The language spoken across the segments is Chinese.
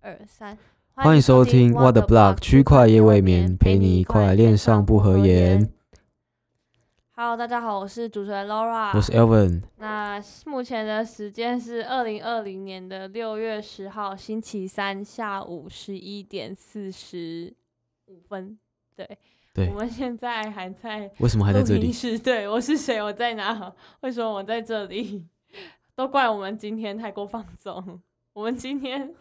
二三，欢迎收听 What the Block 区块夜未眠，陪你一块恋上不合言。。 Hello，大家好，我是主持人 Laura。我是 Elvin，那目前的时间是二零二零年的六月十号星期三下午十一点四十五分。对，对我们现在还在为什么还在录这音里？室对，我是谁？我在哪？为什么我在这里？ 都怪我们今天太过放纵。我们今天，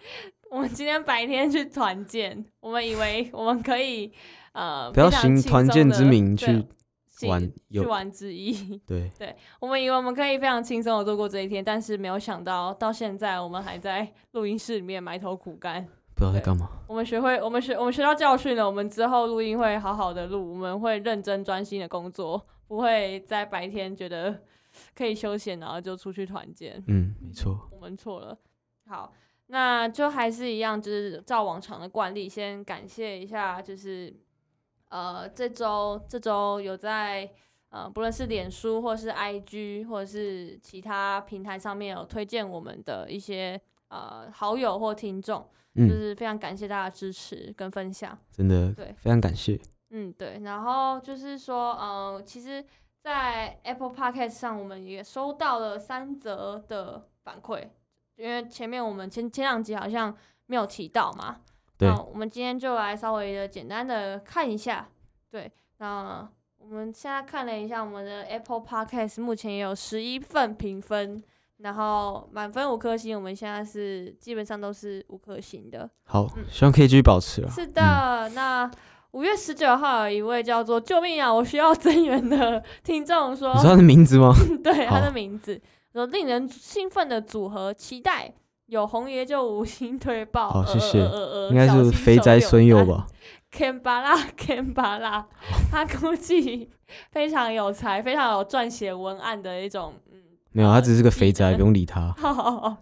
我们今天白天去团建，我们以为我们可以呃，不要非常行轻团松建地之名对啊去行玩去有玩之一。对，我们以为我们可以非常轻松的度过这一天，但是没有想到到现在我们还在录音室里面埋头苦干。不知道在对干嘛。嗯我们学会，我们学，我们学到教训了。我们之后录音会好好的录，我们会认真专心的工作，不会在白天觉得可以休闲，然后就出去团建。嗯，没错，我们错了。好，那就还是一样，就是照往常的惯例，先感谢一下，就是呃，这周这周有在呃，不论是脸书或是 IG 或者是其他平台上面有推荐我们的一些呃好友或听众，就嗯，是非常感谢大家的支持跟分享。真的对非常感谢。嗯，对。然后就是说，呃，其实，在 Apple Podcast 上，我们也收到了三则的反馈，因为前面我们前前两集好像没有提到嘛。对那我们今天就来稍微的简单的看一下。对，那我们现在看了一下我们的 Apple Podcast，目前也有十一份评分，然后满分五颗星，我们现在是基本上都是五颗星的。好嗯，希望可以继续保持了。是嗯，的，那五月十九号有一位叫做“救命啊，我需要增援”的听众说你知，道他的名字吗？ 对他的好名字说令人兴奋的组合，期待有红爷就五星推爆。好呃谢谢呃呃呃应该是肥宅孙佑吧？ ？Ken 巴 拉，Ken 巴 拉，他估计非常有才，非常有撰写文案的一种，嗯，没有，他只是个记肥得宅，不用理哦他。好，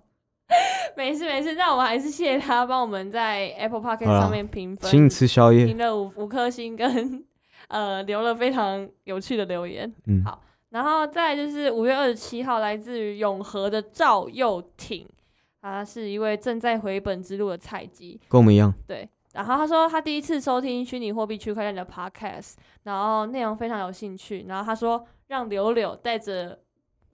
没事没事，那我们还是谢谢他帮我们在 Apple p o c k e 好 t 啦上面评分，请你吃宵夜评。了五五颗星跟呃留了非常有趣的留言。嗯，好然后再来就是五月二十七号，来自于永和的赵又廷，他是一位正在回本之路的菜鸡。跟我们一样。对，然后他说他第一次收听虚拟货币区块链的 podcast，然后内容非常有兴趣。然后他说让柳柳带着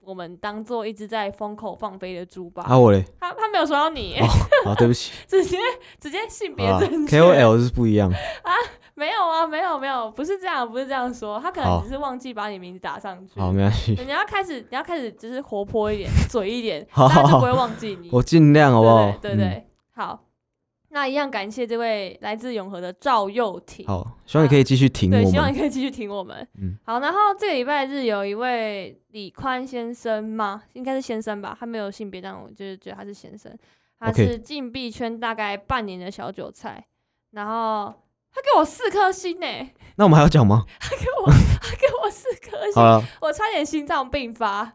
我们当做一只在风口放飞的猪吧。啊，我嘞，他他没有说到你，哦好，对不起 直接直接性别好啦正确。 ，KOL 是不 一样。没有啊，没有没有，不是这样，不是这样说，他可能好只是忘记把你名字打上去。好，没关系，你要开始，你要开始，就是活泼一 点，嘴一点，好大家就好不会忘记你。我尽量好不嗯好？对对对对好。那一样感谢这位来自永和的赵又廷嗯。，好，希望你可以继续挺对，我希望们。你可以继续听我们。嗯好，然后这个礼拜日有一位李宽先生吗？应该是先生吧，他没有性别，但我就是觉得他是先生。他 OK 是禁币圈大概半年的小韭菜，然后他给我四颗星欸呢、那我们还要讲吗？给 我四颗好星，了，我差点心脏病发。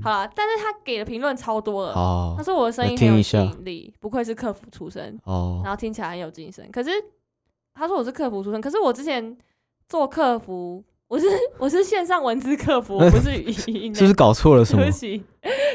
哎好了，但是他给的评论超多了，好他说我的声音很来听有一吸下引力，不愧是客服出身，哦然后听起来很有精神。可是他说我是客服出身，可是我之前做客服，我是 我是线上文字客 服，我不是语音是不的。是搞错了什么对不？起，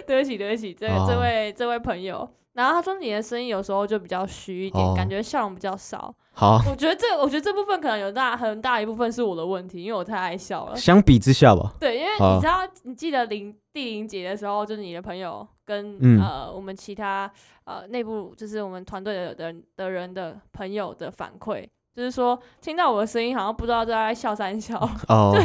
对不起，对不起，这哦这位这位朋友。然后他说你的声音有时候就比较虚一哦点，感觉笑容比较少。好，我觉得这我觉得这部分可能有大很大一部分是我的问题，因为我太爱笑了。相比之下吧，对，因为好你知道，你记得零第零节的时候，就是你的朋友跟、嗯呃我们其他呃内部，就是我们团队的人的人的朋友的反馈，就是说听到我的声音，好像不知道在笑三笑， 哦，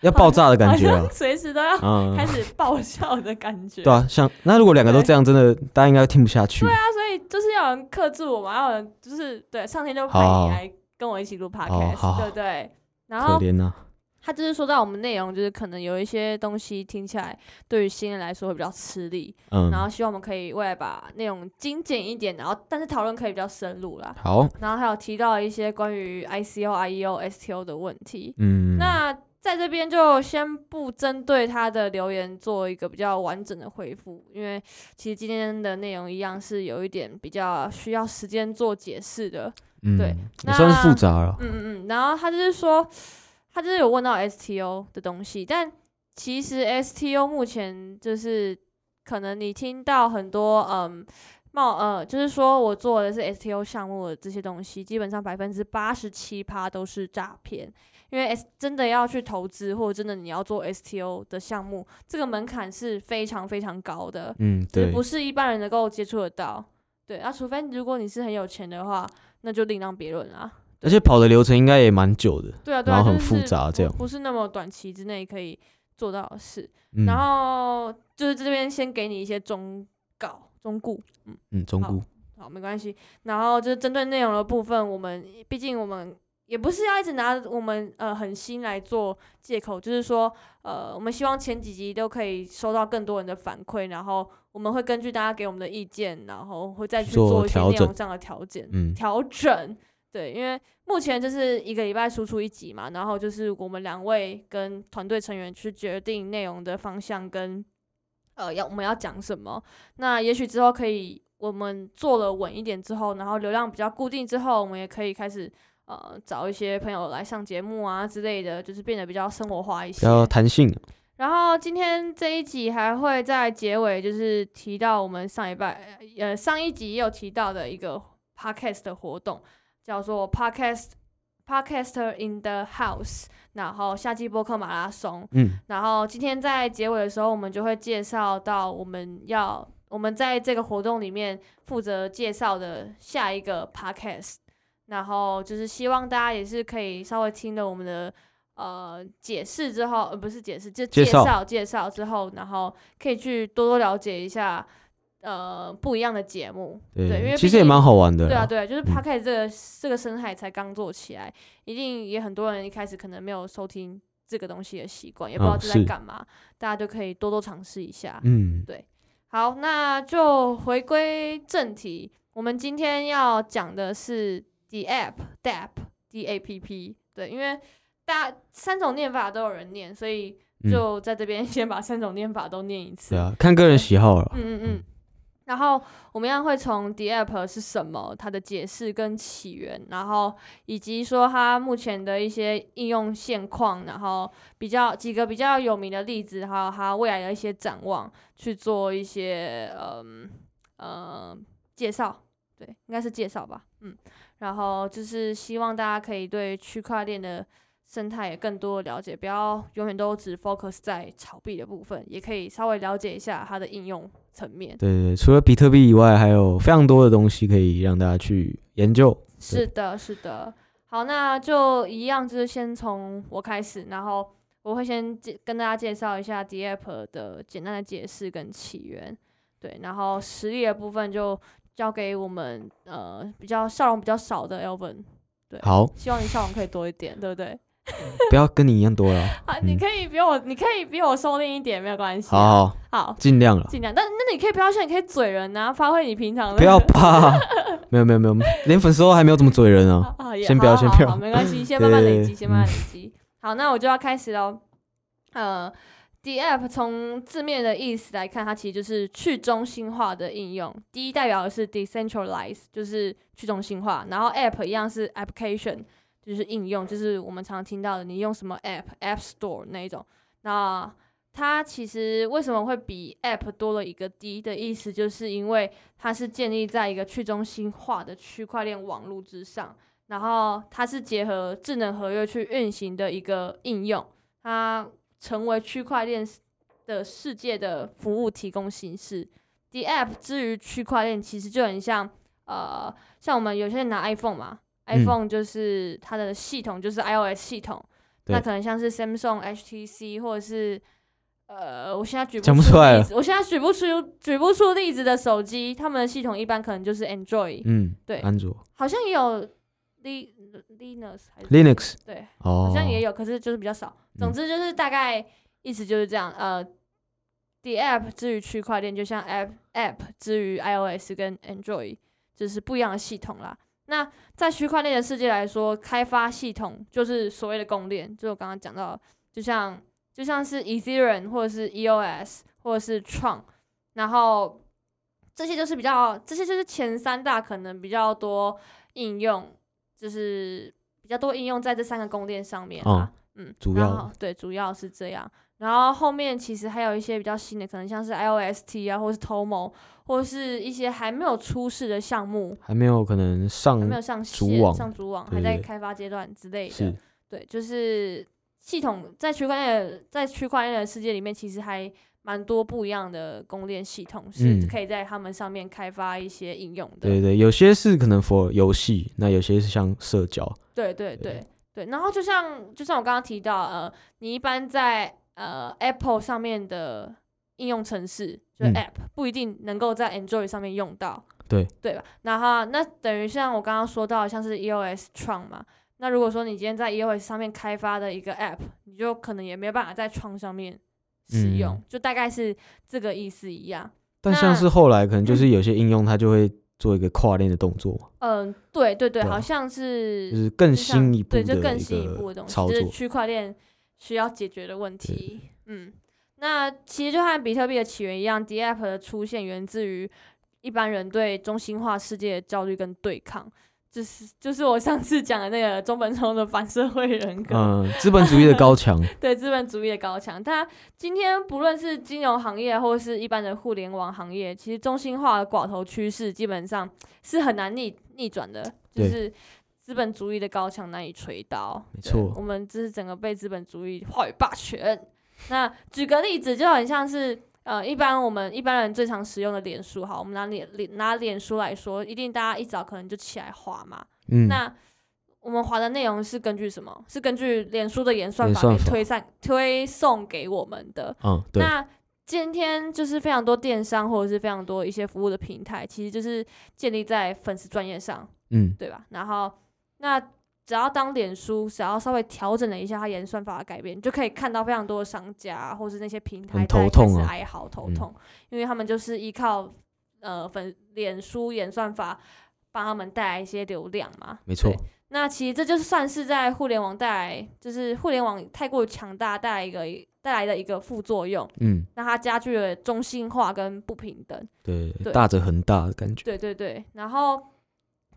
要爆炸的好感觉像了，随时都要 开嗯，始爆笑的感觉。 对啊，像那如果两个都这样，真的大家应该听不下去。啊所以就是要有人克制我嘛，要有人就是对上天就派好你来跟我一起录 podcast，、好好对不对？然可后怜啊呐，他就是说到我们内容，就是可能有一些东西听起来对于新人来说会比较吃力，然后嗯，希望我们可以未来把内容精简一点，然后但是讨论可以比较深入啦。好，然后还有提到一些关于 ICO、IEO、STO 的问题。嗯，那在这边就先不针对他的留言做一个比较完整的回复，因为其实今天的内容一样是有一点比较需要时间做解释的。嗯对，也算是那复杂了，嗯嗯嗯，然后他就是说，他就是有问到 STO 的东西，但其实 STO 目前就是可能你听到很多嗯冒呃，就是说我做的是 STO 项目的这些东西，基本上百分之八十七趴都是诈骗。因为 S 真的要去投资，或者真的你要做 STO 的项目，这个门槛是非常非常高的，嗯，就是对，不是一般人能够接触得到。对，那、除非如果你是很有钱的话，那就另当别论啦。而且跑的流程应该也蛮久的，对啊，对啊，然后很就是复杂这样不不是那么短期之内可以做到的事。嗯，然后就是这边先给你一些忠告、忠固，嗯，中好估，好，没关系。然后就是针对内容的部分，我们毕竟我们也不是要一直拿我们呃狠心来做借口，就是说呃，我们希望前几集都可以收到更多人的反馈，然后我们会根据大家给我们的意见，然后会再去做做一些调内容整上的调整。嗯，调整。对，因为目前就是一个礼拜输出一集嘛，然后就是我们两位跟团队成员去决定内容的方向跟呃要我们要讲什么。那也许之后可以我们做了稳一点之后，然后流量比较固定之后，我们也可以开始呃找一些朋友来上节目啊之类的，就是变得比较生活化一比些。较弹性，啊然后今天这一集还会在结尾，就是提到我们上一拜呃上一集也有提到的一个 podcast 的活动，叫做 podcast podcaster in the house，然后夏季播客马拉松。嗯，然后今天在结尾的时候，我们就会介绍到我们要我们在这个活动里面负责介绍的下一个 podcast，然后就是希望大家也是可以稍微听了我们的呃解释之后，呃不是解释，就介介绍绍介绍之后，然后可以去多多了解一下呃不一样的节目，对，因为对，其毕实也竟蛮好玩的对啊，啦，对啊，就是嗯 podcast 这个、这个生态才刚做起来，一定也很多人一开始可能没有收听这个东西的习惯，也不知道嗯这在是干嘛，大家就可以多多尝试一下。嗯，好，那就回归正题，我们今天要讲的是 the app dap d a p p，对，因为大三种念法都有人念，所以嗯就在这边 先把三种念法都念一次。对啊，看个人喜好了，嗯嗯嗯。然后我们一样会从 D app 是什么，它的解释跟起源，然后以及说它目前的一些应用现况，然后比较几个比较有名的例子，还有它未来的一些展望，去做一些嗯呃介绍，对，应该是介绍吧，嗯。然后就是希望大家可以对区块链的生态也更多的了解，不要永远都只 focus 在炒币的部分，也可以稍微了解一下它的应用层面。对对对，除了比特币以外，还有非常多的东西可以让大家去研究，是的，是的。好，那就一样，就是先从我开始，然后我会先介跟大家介绍一下 D app 的简单的解释跟起源，对，然后实例的部分就交给我们呃比较笑容比较少的 Elvin，好，希望你笑容可以多一点，对不对？不要跟你一样多了， 啊，你嗯可以比我，你可以比我收敛一点，没有关系、啊。好好，好，尽量了，尽量。但那你可以不要笑，你可以嘴人呐、发挥你平常的。不要 怕，没有没有没有，连粉丝都还没有怎么嘴人啊，啊啊也先不要好先好不要好没关 系，先慢慢累积，对嗯先慢慢累积。好，那我就要开始喽。呃，D app 从字面的意思来看，它其实就是去中心化的应用。D 代表的是 decentralized，就是去中心化，然后 app 一样是 application，就是应用，就是我们常听到的，你用什么 app，App Store 那一种。那它其实为什么会比 App 多了一个 D 的意思，就是因为它是建立在一个去中心化的区块链网络之上，然后它是结合智能合约去运行的一个应用，它成为区块链的世界的服务提供形式。D App 之于区块链，其实就很像呃，像我们有些人拿 iPhone 嘛嗯，iPhone 就是它的系统就是 iOS 系统，那对可能像是 Samsung、HTC 或者是呃，我现在举讲不出出来例子，我现在举不出举不出例子的手机，他们的系统一般可能就是 Android，、 嗯，对安卓好像也有 Li Linux 还是 Linux 对，哦，好像也有，可是就是比较少。总嗯之就是大概意思就是这样。呃，the app 至于区块链，就像 app app 至于 iOS 跟 Android，就是不一样的系统啦。那在区块链的世界来说，开发系统就是所谓的公链，就我刚刚讲到的，就像就像是 Ethereum 或者是 EOS 或者是创，然后这些就是比较，这些就是前三大可能比较多应用，就是比比较多应用在这三个宫殿上面哦啊。嗯，主然要后对，主要是这样。然后后面其实还有一些比较新的，可能像是 IOST 啊，或是 TOMO，或是一些还没有出世的项目，还没有可能上还没有上组线嗯网上主网，对还在对开发阶段之类的是。对，就是系统在区块链的在区块链的世界里面，其实还蛮多不一样的供链系统是嗯可以在他们上面开发一些应用的。对对，有些是可能 for 游戏，那有些是像社交，对对对对对，然后就像就像我刚刚提到，呃，你一般在呃 Apple 上面的应用程式，就是嗯 App，、不一定能够在 Android 上面用到，对对吧？然后那等于像我刚刚说到，像是 iOS 创嘛，那如果说你今天在 iOS 上面开发的一个 App，你就可能也没有办法在创上面使用，嗯就大概是这个意思一样。但像那是后来可能就是有些应用它就会做一个跨链的动作嘛，嗯，对对对，对啊好像是就是更就像新一步嗯对，的就更一新一步的个东西，操就是。作区块链需要解决的问题。嗯，那其实就和比特币的起源一样，DApp 的出现源自于一般人对中心化世界的焦虑跟对抗，就是就是我上次讲的那个中本聪的反社会人格。嗯，资本主义的高 墙，对资本主义的高墙。但今天不论是金融行业或是一般的互联网行业，其实中心化的寡头趋势基本上是很难逆逆转的，就对是资本主义的高墙难以锤倒。没对错我们这是整个被资本主义话语霸权。那举个例子，就很像是。呃，一般我们一般人最常使用的脸书，好，我们拿脸脸拿脸书来说，一定大家一早可能就起来滑嘛，嗯，那我们划的内容是根据什么？是根据脸书的演算演法算给法推散推送给我们的。嗯，对，那今天就是非常多电商或者是非常多一些服务的平台，其实就是建立在粉丝专业上，嗯，对吧？然后那只要当脸书只要稍微调整了一下它演算法的改变，你就可以看到非常多的商家或是那些平台很头在开痛始啊哀嚎头嗯痛，因为他们就是依靠呃粉脸书演算法帮他们带来一些流量嘛，没错对，那其实这就算是在互联网带来，就是互联网太过强大带来一个带来的一个副作用，嗯，那它加剧了中心化跟不平等。对，对大着很大的感觉，对对对，然后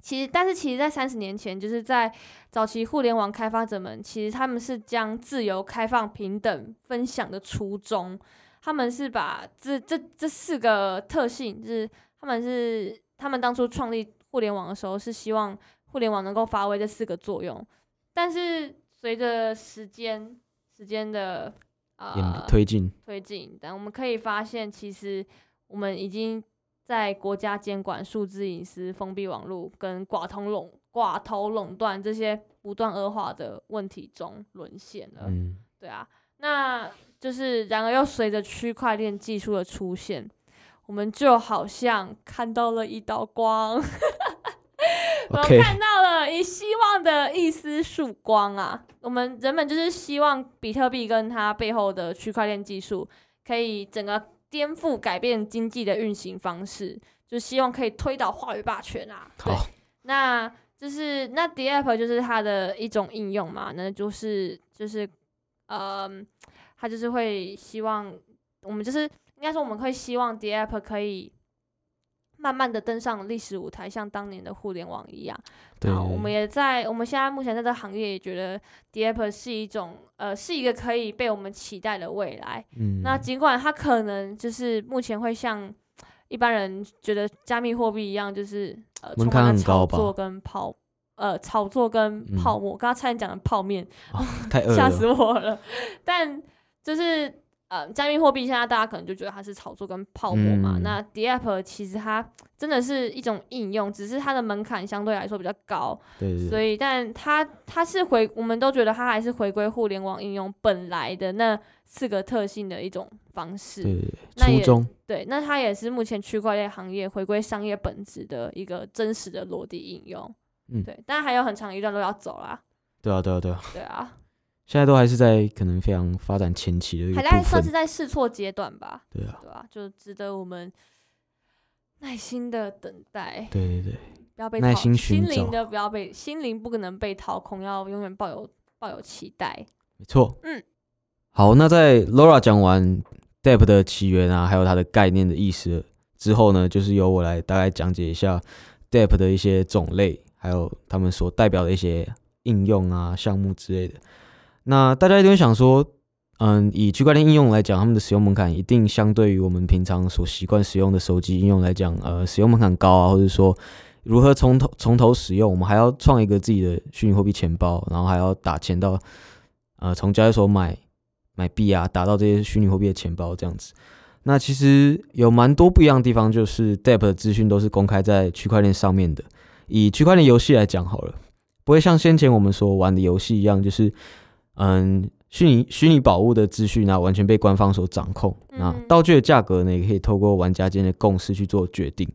其实，但是其实，在三十年前，就是在早期互联网开发者们，其实他们是将自由、开放、平等、分享的初衷，他们是把这这这四个特性，就是他们是他们当初创立互联网的时候，是希望互联网能够发挥这四个作用，但是随着时间时间的演呃推进，推进，但我们可以发现，其实我们已经在国家监管、数字隐私、封闭网络跟寡头垄、寡头垄断这些不断恶化的问题中沦陷了。嗯，对啊，那就是然而又随着区块链技术的出现，我们就好像看到了一道光，我们 OK 看到了以希望的一丝曙光啊！我们人们就是希望比特币跟它背后的区块链技术可以整个颠覆、改变经济的运行方式，就希望可以推倒话语霸权啊！对好，那就是那 d app 就是它的一种应用嘛，那就是就是，嗯，它就是会希望我们就是应该说我们会希望 d app 可以慢慢的登上历史舞台，像当年的互联网一样。对，好我们也在我们现在目前在这个行业也觉得 d app 是一种呃是一个可以被我们期待的未来。嗯，那尽管它可能就是目前会像一般人觉得加密货币一样，就是呃，门充满槛了很炒高吧作跟泡呃炒作跟嗯呃泡沫，刚刚差点讲的泡面，太饿吓了，死我了。但就是呃，加密货币现在大家可能就觉得它是炒作跟泡沫嘛。嗯那 d a p 其实它真的是一种应用，只是它的门槛相对来说比较高，对对所对，以，但它它是回，我们都觉得它还是回归互联网应用本来的那四个特性的一种方式。对对那对，也初衷，对，那它也是目前区块链行业回归商业本质的一个真实的落地应用。嗯对，但还有很长一段路要走啦。对啊对啊对啊，对啊，现在都还是在可能非常发展前期的一个还在部算是分，在试错阶段吧，对啊，对吧、就值得我们耐心的等待，对对对，不要被耐掏心寻心灵找的不要被心灵不可能被掏空，要永远抱有抱有期待。没错，嗯，好，那在 Laura 讲完 DApp 的起源啊，还有它的概念的意思之后呢，就是由我来大概讲解一下 DApp 的一些种类，还有他们所代表的一些应用啊、项目之类的。那大家一定会想说，嗯，以区块链应用来讲，他们的使用门槛一定相对于我们平常所习惯使用的手机应用来讲，呃，使用门槛高啊，或者说如何从头从头使用，我们还要创一个自己的虚拟货币钱包，然后还要打钱到呃从交易所买买币啊，打到这些虚拟货币的钱包这样子。那其实有蛮多不一样的地方，就是 DApp 的资讯都是公开在区块链上面的。以区块链游戏来讲好了，不会像先前我们所玩的游戏一样，就是嗯，虚拟虚拟宝物的资讯啊，完全被官方所掌控。那嗯道具的价格呢，也可以透过玩家间的共识去做决定，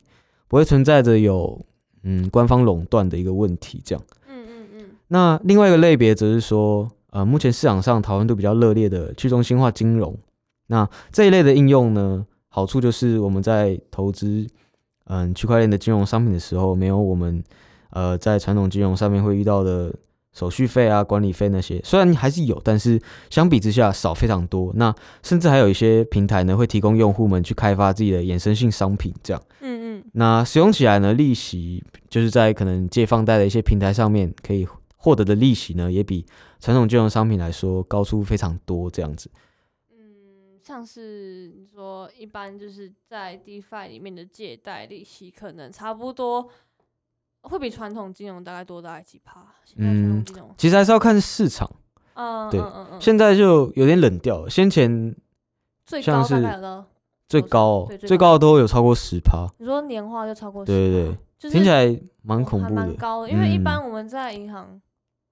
不会存在着有嗯官方垄断的一个问题。这样。嗯嗯那另外一个类别则是说，呃，目前市场上讨论度比较热烈的去中心化金融。那这一类的应用呢，好处就是我们在投资嗯区块链的金融商品的时候，没有我们呃在传统金融上面会遇到的手续费啊、管理费那些，虽然还是有，但是相比之下少非常多。那甚至还有一些平台呢，会提供用户们去开发自己的衍生性商品，这样。嗯嗯嗯，那使用起来呢，利息就是在可能借放贷的一些平台上面可以获得的利息呢，也比传统金融商品来说高出非常多。这样子，嗯，像是你说一般就是在 DeFi 里面的借贷利息，可能差不多会比传统金融大概多大概几趴。现在传统嗯金融，其实还是要看市场。嗯，对嗯嗯嗯，现在就有点冷掉了，先前最像高大是概有到最高哦对最最高高的都有超过十趴，你说年化就超过10%，对对对，就是听起来蛮哦恐还怖蛮的。高的，因为一嗯般我们在银行，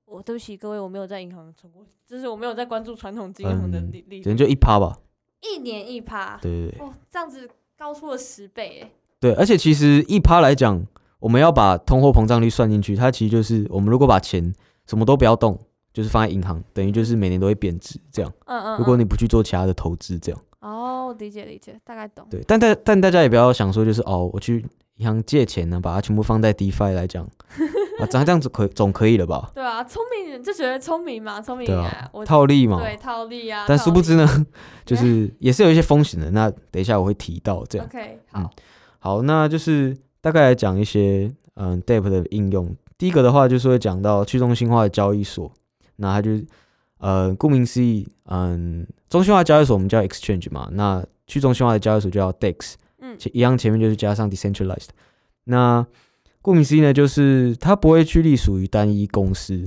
我对不起各位，我没有在银行存过，就是我没有在关注传统金融的嗯利利可能率，就一趴吧，一年一趴，对对对哦，这样子高出了十倍欸，对，而且其实一趴来讲，我们要把通货膨胀率算进去，它其实就是我们如果把钱什么都不要动，就是放在银行，等于就是每年都会贬值这样。嗯嗯，如果嗯你不去做其他的投资，这样哦，理解理解，大概懂，对。但大但大家也不要想说，就是哦，我去银行借钱呢，把它全部放在 DeFi 来讲啊，这样这样子可总可以了吧？对啊，聪明人就觉得聪明嘛，聪明对啊啊，我，套利嘛。对套利啊，但套殊不知利呢， 就是也是有一些风险的。那等一下我会提到这样。 ，OK，嗯好，好，那就是大概来讲一些嗯 DApp 的应用。第一个的话就是会讲到去中心化的交易所，那它就是呃，顾名思义，嗯，中心化交易所我们叫 exchange 嘛，那去中心化的交易所就叫 DEX。嗯前一样前面就是加上 decentralized。那顾名思义呢，就是它不会去隶属于单一公司，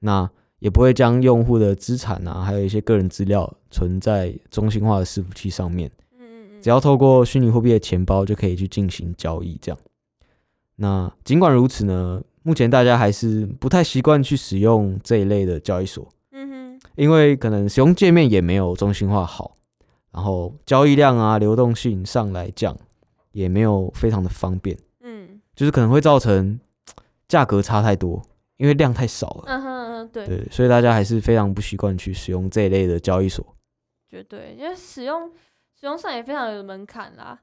那也不会将用户的资产啊，还有一些个人资料存在中心化的伺服器上面。嗯嗯只要透过虚拟货币的钱包就可以去进行交易。这样，那尽管如此呢，目前大家还是不太习惯去使用这一类的交易所，嗯嗯哼，因为可能使用界面也没有中心化好，然后交易量啊、流动性上来讲也没有非常的方便，嗯就是可能会造成价格差太多，因为量太少了。嗯哼嗯哼，对。对，所以大家还是非常不习惯去使用这一类的交易所。绝对，因为使用使用上也非常有门槛啦，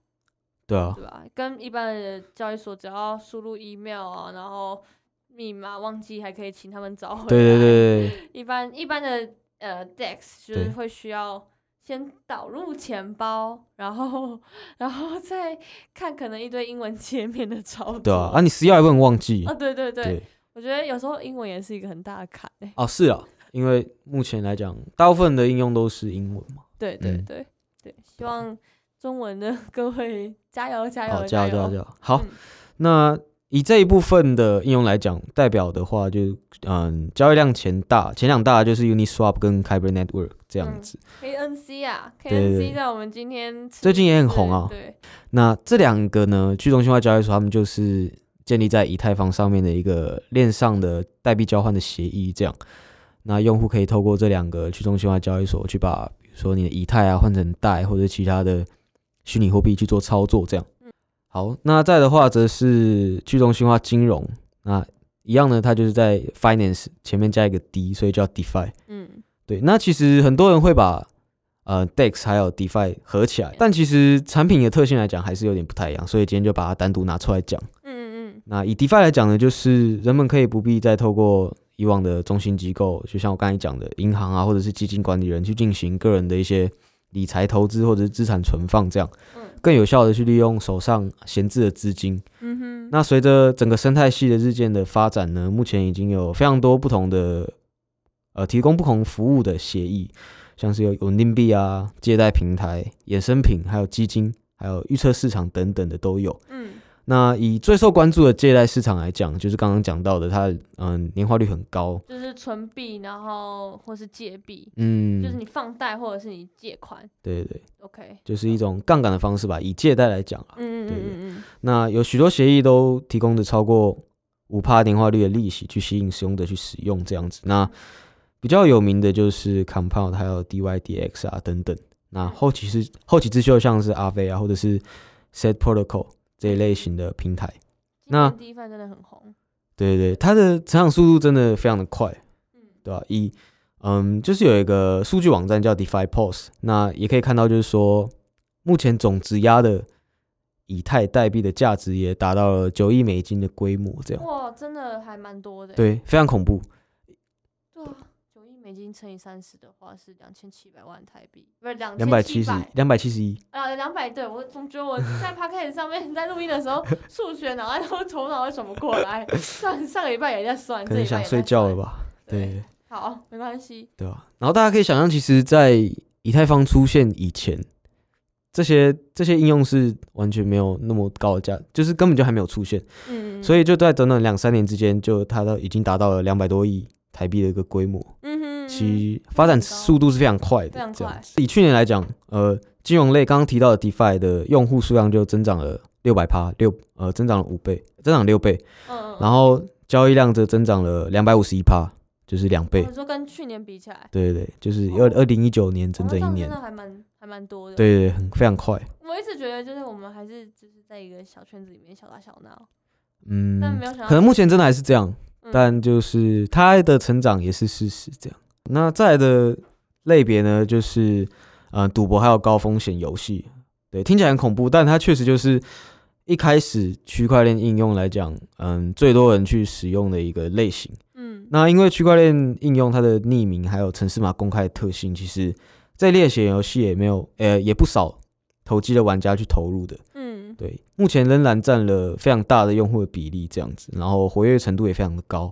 对啊，对吧？跟一般的交易所，只要输入 email 啊，然后密码忘记，还可以请他们找回来。对对对对，对，一般一般的呃 DEX 就是对会需要先导入钱包，然后 然后再看可能一堆英文界面的 操作。对啊，啊，你私钥也不能忘记啊，。对对嗯对，对。我觉得有时候英文也是一个很大的坎哎诶、哦，是啊，因为目前来讲，大部分的应用都是英文嘛。对对嗯对、对，希望中文的 各位加油哎加好，油哦加油加油加油！油！好，嗯那以这一部分的应用来讲，代表的话就嗯，交易量前大前两大就是 Uniswap 跟 Kyber Network 这样嗯子。 KNC 啊对对，KNC 对在我们今天吃最近也很是红啊对，那这两个呢，去中心化交易所，他们就是建立在以太坊上面的一个链上的代币交换的协议，这样，那用户可以透过这两个去中心化交易所去把，比如说你的以太啊换成代或者其他的虚拟货币去做操作，这样嗯。好，那再的话则是去中心化金融，那一样呢，它就是在 finance 前面加一个 d，所以叫 DeFi。嗯，对，那其实很多人会把呃 DEX 还有 DeFi 合起来，但其实产品的特性来讲还是有点不太一样，所以今天就把它单独拿出来讲。嗯嗯那以 DeFi 来讲呢，就是人们可以不必再透过以往的中心机构，就像我刚才讲的银行啊，或者是基金管理人去进行个人的一些理财投资或者是资产存放这样嗯，更有效的去利用手上闲置的资金。嗯哼，那随着整个生态系的日渐的发展呢，目前已经有非常多不同的呃提供不同服务的协议，像是有稳定币啊、借贷平台、衍生品，还有基金，还有预测市场等等的都有。嗯那以最受关注的借贷市场来讲，就是刚刚讲到的，它嗯年化率很高，就是存币，然后或是借币，嗯，就是你放贷或者是你借款对对对， ，OK，就是一种杠杆的方式吧。以借贷来讲啊，嗯嗯对嗯嗯那有许多协议都提供着超过五帕年化率的利息，去吸引使用者去使用这样子。那比较有名的就是 Compound，还有 DYDX 啊等等。那后期是后起之秀，像是阿飞啊，或者是 Set Protocol 这一类型的平台。今那年第一番真的很红，对对对，它的成长速度真的非常的快，嗯对吧、一嗯，就是有一个数据网站叫 DeFi Pulse，那也可以看到，就是说目前总质押的以太代币的价值也达到了九亿美金的规模，这样哇，真的还蛮多的，对，非常恐怖。对啊，九亿美金乘以三十的话是两千七百万台币，不是两两百七七十，两百七十一，啊，两百对我总觉得我在 p o d c a s 上面 在录音的时 候，数学脑袋都头脑会转不过来，上上个礼拜也在算，可这能礼拜想也在睡觉了算？吧？对，对好，没关系，对吧、然后大家可以想象，其实，在以太坊出现以前，这些这些应用是完全没有那么高的价，就是根本就还没有出现。嗯，所以，以就在短短两三年之间，就它到已经达到了两百多亿台币的一个规模，嗯哼，其发展速度是非常快非常快的。这样子，以去年来讲，呃，金融类刚刚提到的 DeFi 的用户数量就增长了六百趴，六呃增长了五倍，增长六倍，嗯，然后交易量则增长了两百五十一趴，就是两倍嗯我。说跟去年比起来，对对对，就是二二零一九年整哦整那这一样年真，的还蛮还蛮多的。，对对对，很非常快。我一直觉得就是我们还是就是在一个小圈子里面小打小闹，嗯，但没有想到可能目前真的还是这样，嗯但就是它的成长也是事实。这样，那再来的类别呢，就是呃，赌博还有高风险游戏。对，听起来很恐怖，但它确实就是一开始区块链应用来讲，嗯，最多人去使用的一个类型。嗯那因为区块链应用它的匿名还有城市码公开的特性，其实在猎险游戏也没有，呃，也不少投机的玩家去投入的。嗯对，目前仍然占了非常大的用户的比例，这样子，然后活跃程度也非常的高，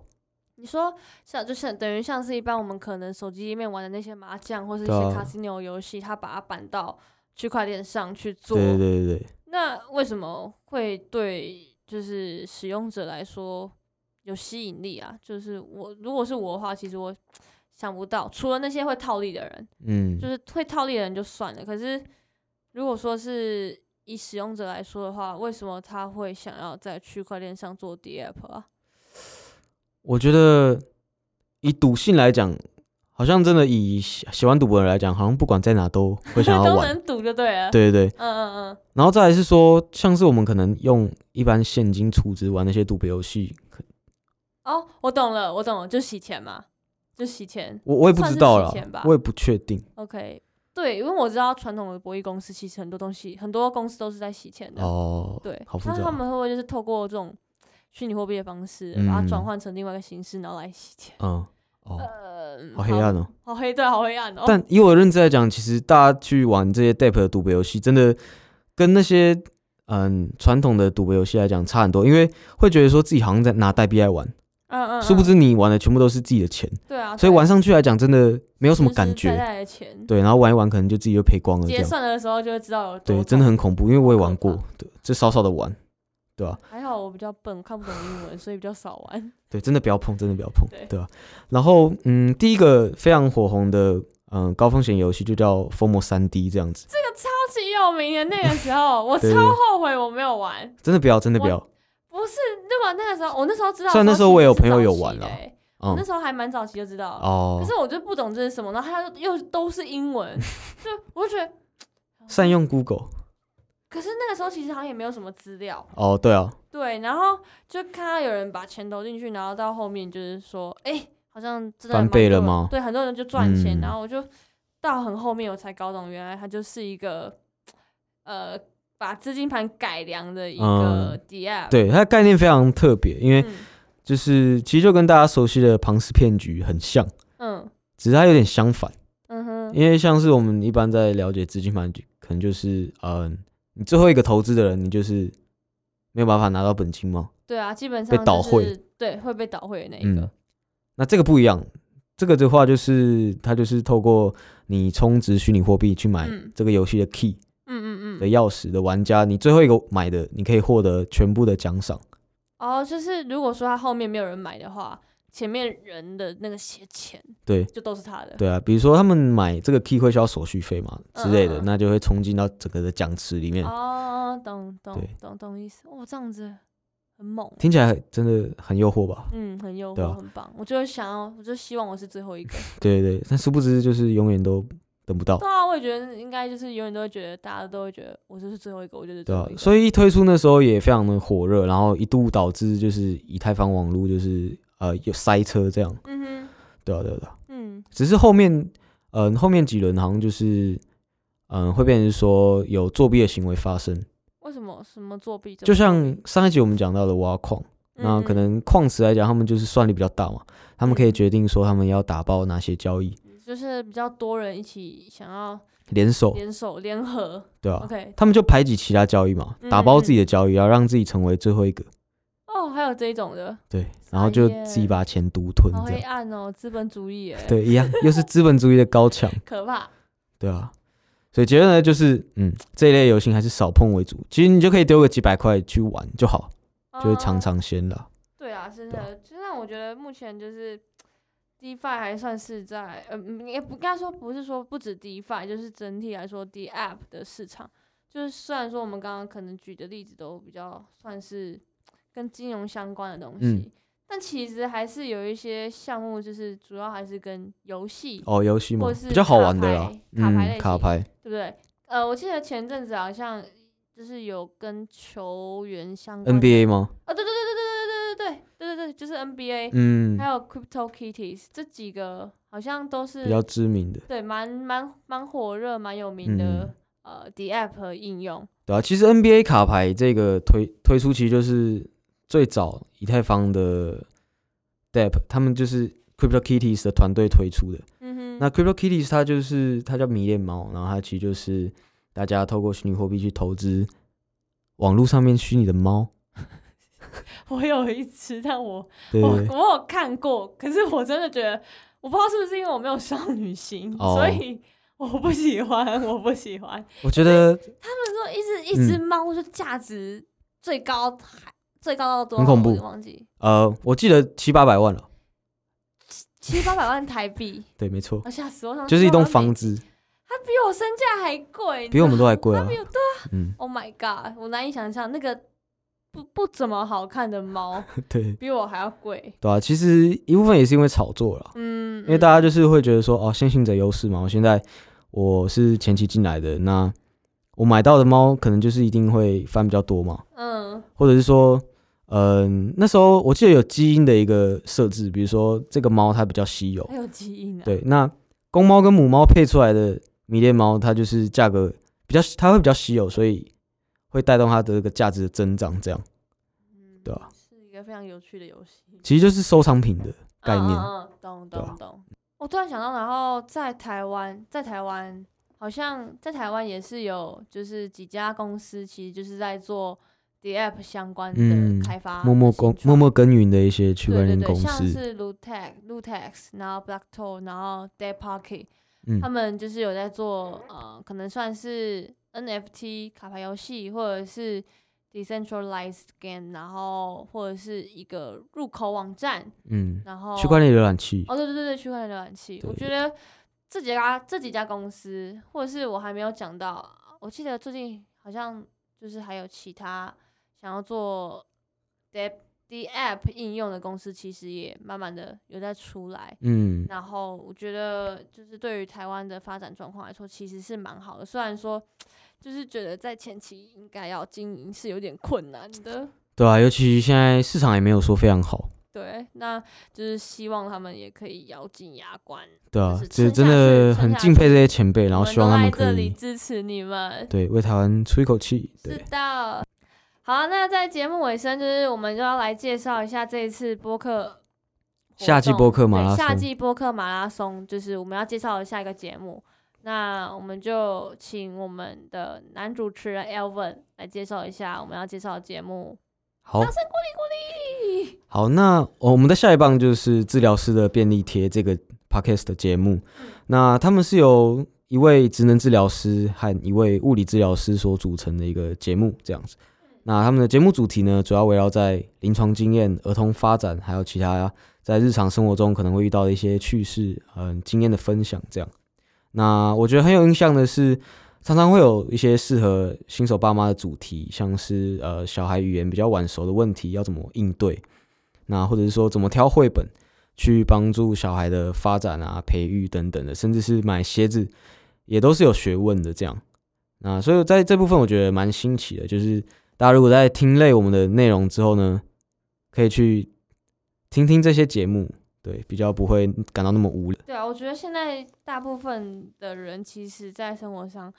你说像就像等于像是一般我们可能手机里面玩的那些麻将或是一对些啊卡西诺游戏，它把它搬到区块链上去做，对对对对对，那为什么会对就是使用者来说有吸引力啊？就是我如果是我的话，其实我想不到，除了那些会套利的人，嗯，就是会套利的人就算了。可是如果说是以使用者来说的话，为什么他会想要在区块链上做 D app 啊？我觉得以赌性来讲，好像真的以喜喜欢赌博的人来讲，好像不管在哪都会想要 都玩，能赌就对了。，对对对，嗯嗯然后再来是说，像是我们可能用一般现金储值玩那些赌博游戏，可嗯，哦，我懂了，我懂了，就洗钱嘛，就洗钱。我我也不算知是道洗啦钱吧，我也不确定 OK，对，因为我知道传统的博弈公司其实很多东西，很多公司都是在洗钱的。哦，嗯对，好复那杂他，们会不会就是透过这种虚拟货币的方式，把它转嗯换成另外一个形式，然后来洗钱？嗯，哦，呃，好黑暗哦。好黑，对，好黑暗哦。但以我的认知来讲，其实大家去玩这些 DApp 的赌博游戏，真的跟那些嗯传统的赌博游戏来讲差很多，因为会觉得说自己好像在拿代币来玩，嗯嗯，殊不嗯知你玩的全部都是自己的钱，对啊，所以玩上去来讲真的没有有什么感觉。带的钱，对，然后玩一玩，可能就自己就赔光了这结样。算的时候就会知道有多对，少真的很恐怖，因为我也玩好过，对，就少少的玩，还好，我比较笨，看不懂英文，所以比较少玩。 对，真的不要碰，真的不要碰对，对吧、然后，嗯，第一个非常火红的，嗯，高风险游戏就叫《疯魔三 D》这样子，超级有名的那个时候，我超对对对后悔我没有玩。真的不要，真的不我要，不是，对吧？那个时候，我那时候知道的时候，虽然那时候我也有朋友有玩了啦，我嗯欸那，时候还蛮早期就知道了。哦，可是我就不懂这是什么，然后他又都是英文， 就我就觉得，善用 Google 可是那个时候其实好像也没有什么资料，哦，对啊，对，然后就看到有人把钱投进去，然后到后面就是说，哎、好像真的翻蛮倍了多人吗对，很多人就赚钱，嗯然后我就到很后面我才搞懂，原来它就是一个呃把资金盘改良的一个 d a p，嗯对它的概念非常特别，因为嗯就是其实就跟大家熟悉的庞氏骗局很像，嗯只是它有点相反。嗯哼，嗯因为像是我们一般在了解资金盘，可能就是嗯、呃你最后一个投资的人，你就是没有办法拿到本金嘛。对啊，基本上被倒就是会，对，会被倒会的那一嗯个，，那这个不一样，这个的话就是它就是透过你充值虚拟货币去买嗯这个游戏的 key 嗯嗯的嗯，钥匙的玩家，你最后一个买的，你可以获得全部的奖赏。哦，就是如果说他后面没有人买的话，前面人的那个些钱对就都是他的，对啊，比如说他们买这个 key 会需要手续费嘛之类嗯的，嗯嗯那就会冲进到整个的奖池里面。哦，懂懂对懂懂意思，哦，这样子很猛欸，听起来真的很诱惑吧？嗯，很诱对惑，啊很棒，我就想要，我就希望我是最后 一个，对对对，但殊不知就是永远都等不到对。啊，我也觉得应该就是永远都会觉得大家都会觉得我就是最后一个，我就是最对啊后一，个，所以一推出那时候也非常的火热，然后一度导致就是以太坊网络就是呃有塞车这样，嗯哼，对啊对啊对啊。嗯只是后面嗯、后面几轮好像就是嗯、会变成说有作弊的行为发生，为什么什么作弊这么作弊？就像上一集我们讲到的挖矿，那嗯可能矿池来讲，他们就是算力比较大嘛，他们可以决定说他们要打包哪些交易，嗯就是比较多人一起想要联手联手联合哦对啊， ，OK，嗯他们就排挤其他交易嘛，打包自己的交易，然后让自己成为最后一个。哦，还有这一种的，对，傻然后就自己眼把钱独吞好这黑样，暗哦，资本主义，哎，对，一样又是资本主义的高墙，可怕，对啊。所以结论呢，就是嗯，这一类游戏还是少碰为主。其实你就可以丢个几百块去玩就好，就会尝嗯。尝鲜了。对啊，真对啊的，就让我觉得目前就是 DeFi 还算是在，呃，嗯也不应该说不是说不止 DeFi，就是整体来说 D App 的市场，就是虽然说我们刚刚可能举的例子都比较算是跟金融相关的东西，嗯但其实还是有一些项目，就是主要还是跟游戏，哦，游戏嘛或，是比较好玩的啦卡牌，卡牌类嗯，型卡牌，对不对？呃，我记得前阵子好像就是有跟球员相关的 NBA 吗？啊，对对对对对对对对对对对对，就是 NBA，、嗯，还有 Crypto Kitties 这几个好像都是比较知名的，对蛮蛮蛮火热、蛮有名的、嗯呃 D App 和应用。对啊。其实 NBA 卡牌这个推推出，其实就是最早以太坊的 DApp，他们就是 CryptoKitties 的团队推出的。嗯哼，那 CryptoKitties 它就是它叫迷恋猫，然后它其实就是大家透过虚拟货币去投资网络上面虚拟的猫， 我有一只，但我对我对对，我有看过，可是我真的觉得，我不知道是不是因为我没有少女心，哦所以我不喜欢，我不喜欢。我觉得他们说一只嗯一只猫就价值最高还最高到多少？很恐怖我也忘记呃，我记得七八百万了，七八百万台币，对，没错我，吓死我！我想就是一栋700万美房金，子，它比我身价还贵，比我们都还贵它啊比，我嗯， Oh my god！我难以想象那个不不怎么好看的猫对比我还要贵。对啊，其实一部分也是因为炒作啦，嗯，因为大家就是会觉得说，哦，先行者优势嘛，我现在我是前期进来的，那我买到的猫可能就是一定会翻比较多嘛，嗯或者是说，嗯、那时候我记得有基因的一个设置，比如说这个猫它比较稀有还，有基因啊。对，那公猫跟母猫配出来的迷恋猫，它就是价格比较，它会比较稀有，所以会带动它的这个价值的增长，这样嗯，对啊是一个非常有趣的游戏其实就是收藏品的概念，嗯嗯嗯，懂对啊懂懂。我突然想到，然后在台湾，在台湾好像在台湾也是有，就是几家公司其实就是在做 D App 相关嗯的开发和新创，默默耕默默耕耘的一些区块对对链对，公像司，是 Lutex、Lutex，然后 Blacktoe，然后 Dead Pocket，、嗯他们就是有在做呃，可能算是 NFT 卡牌游戏，或者是 decentralized game，然后或者是一个入口网站，嗯，然后区块链浏览器，哦，对对对对，区块链浏览器，我对觉得这几家这几家公司，或者是我还没有讲到，我记得最近好像就是还有其他想要做 D D App 应用的公司，其实也慢慢的有在出来。嗯，然后我觉得，就是对于台湾的发展状况来说，其实是蛮好的。虽然说，就是觉得在前期应该要经营是有点困难的，对啊，尤其现在市场也没有说非常好，对，那就是希望他们也可以咬紧牙关，对啊就是，这撑真下的去撑很下敬去佩这些前辈，然我后希望他都们来可这里以支持你们。对为台湾出一口气，是对，的。好，那在节目尾声，就是我们就要来介绍一下这一次播客活动夏季播客马拉对夏松季播客马拉松就是我们要介绍的下一个节目。那我们就请我们的男主持人 Elvin 来介绍一下我们要介绍的节目。好掌声鼓励鼓励！好，那、哦我们的下一棒就是治疗师的便利贴这个 podcast 的节目。那他们是由一位职能治疗师和一位物理治疗师所组成的一个节目，这样子。那他们的节目主题呢，主要围绕在临床经验、儿童发展，还有其他在日常生活中可能会遇到的一些趣事，嗯，经验的分享这样。那我觉得很有印象的是，常常会有一些适合新手爸妈的主题，像是呃小孩语言比较晚熟的问题要怎么应对，那或者是说怎么挑绘本去帮助小孩的发展啊、培育等等的，甚至是买鞋子也都是有学问的这样。那所以在这部分我觉得蛮新奇的，就是大家如果在听累我们的内容之后呢，可以去听听这些节目，对，比较不会感到那么无聊。对啊，我觉得现在大部分的人其实，在生活上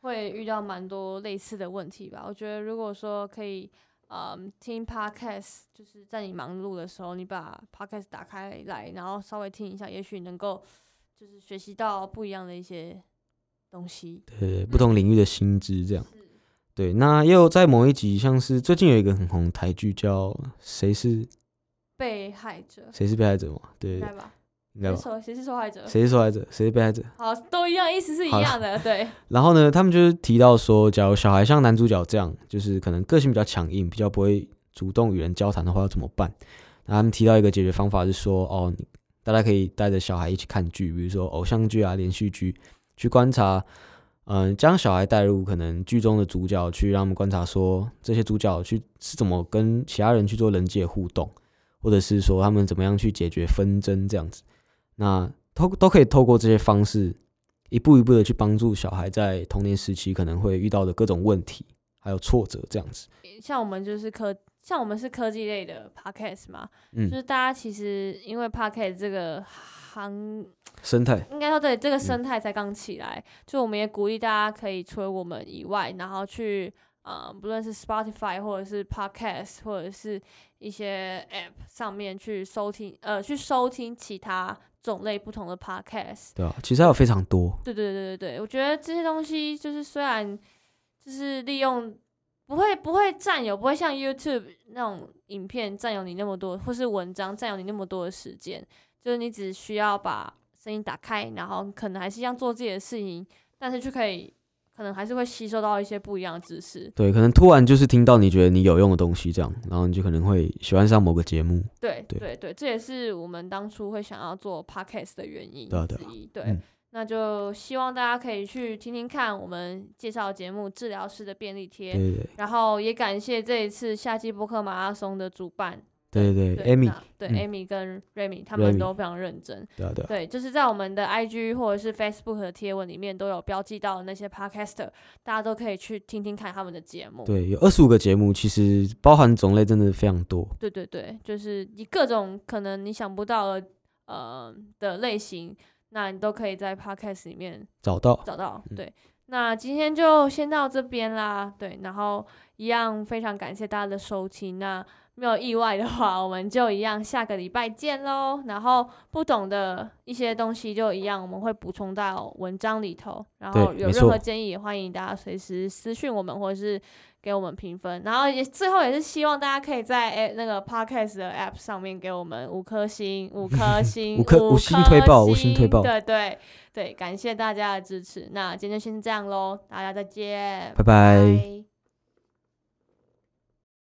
会遇到蛮多类似的问题吧。我觉得如果说可以，嗯，听 podcast，就是在你忙碌的时候，你把 podcast 打开来，然后稍微听一下，也许能够就是学习到不一样的一些东西。呃不同领域的薪资这样。对，那也有在某一集，像是最近有一个很红的台剧叫《谁是被害者，谁是被害者》嘛？对明，白吧？应该谁吧是受谁是受害者？谁是受害者，谁是被害者？好，都一样，意思是一好了样的，对。 然后呢，他们就是提到说，假如小孩像男主角这样，就是可能个性比较强硬，比较不会主动与人交谈的话，要怎么办？那他们提到一个解决方法是说，哦，你大家可以带着小孩一起看剧，比如说偶像剧啊、连续剧，去观察，嗯、将小孩带入可能剧中的主角，去让他们观察说这些主角去是怎么跟其他人去做人际的互动，或者是说他们怎么样去解决纷争这样子。那都都可以透过这些方式一步一步的去帮助小孩在童年时期可能会遇到的各种问题，还有挫折这样子。像我们就是科，像我们是科技类的 podcast 嘛，嗯就是大家其实因为 podcast 这个行，生态，应该说对这个生态才刚起来，就我们也鼓励大家可以除了我们以外，然后去呃，不论是 Spotify 或者是 podcast 或者是一些 app 上面去收听，呃，去收听其他种类不同的 podcast。对啊，其实还有非常多，对对对对对，我觉得这些东西就是虽然就是利用不会不会占有，不会像 YouTube 那种影片占有你那么多，或是文章占有你那么多的时间，就是你只需要把声音打开，然后可能还是一样做自己的事情，但是就可以可能还是会吸收到一些不一样的知识。对，可能突然就是听到你觉得你有用的东西这样，然后你就可能会喜欢上某个节目。对对对对，这也是我们当初会想要做 podcast 的原因对啊对之啊一。对嗯那就希望大家可以去听听看我们介绍的节目《治疗师的便利贴》对对对然后也感谢这一次夏季播客马拉松的主办，对对对，Amy，那对嗯 Amy 跟 Remy 他 Remy 们都非常认真。对啊对啊，对，就是在我们的 IG 或者是 Facebook 的贴文里面都有标记到那些 Podcaster，大家都可以去听听看他们的节目。对，有二十五个节目，其实包含种类真的非常多。对对对，就是你各种可能你想不到的呃的类型，那你都可以在 Podcast 里面找到，找到。嗯对，那今天就先到这边啦。对，然后一样非常感谢大家的收听。那没有意外的话，我们就一样下个礼拜见喽。然后不懂的一些东西就一样，我们会补充到文章里头。然后对有没任何错建议，也欢迎大家随时私讯我们，或者是给我们评分。然后也最后也是希望大家可以在诶那个 podcast 的 app 上面给我们五颗星，五 颗星，五颗五星推爆五星推爆对对对，感谢大家的支持。那今天就先这样喽，大家再见，拜拜拜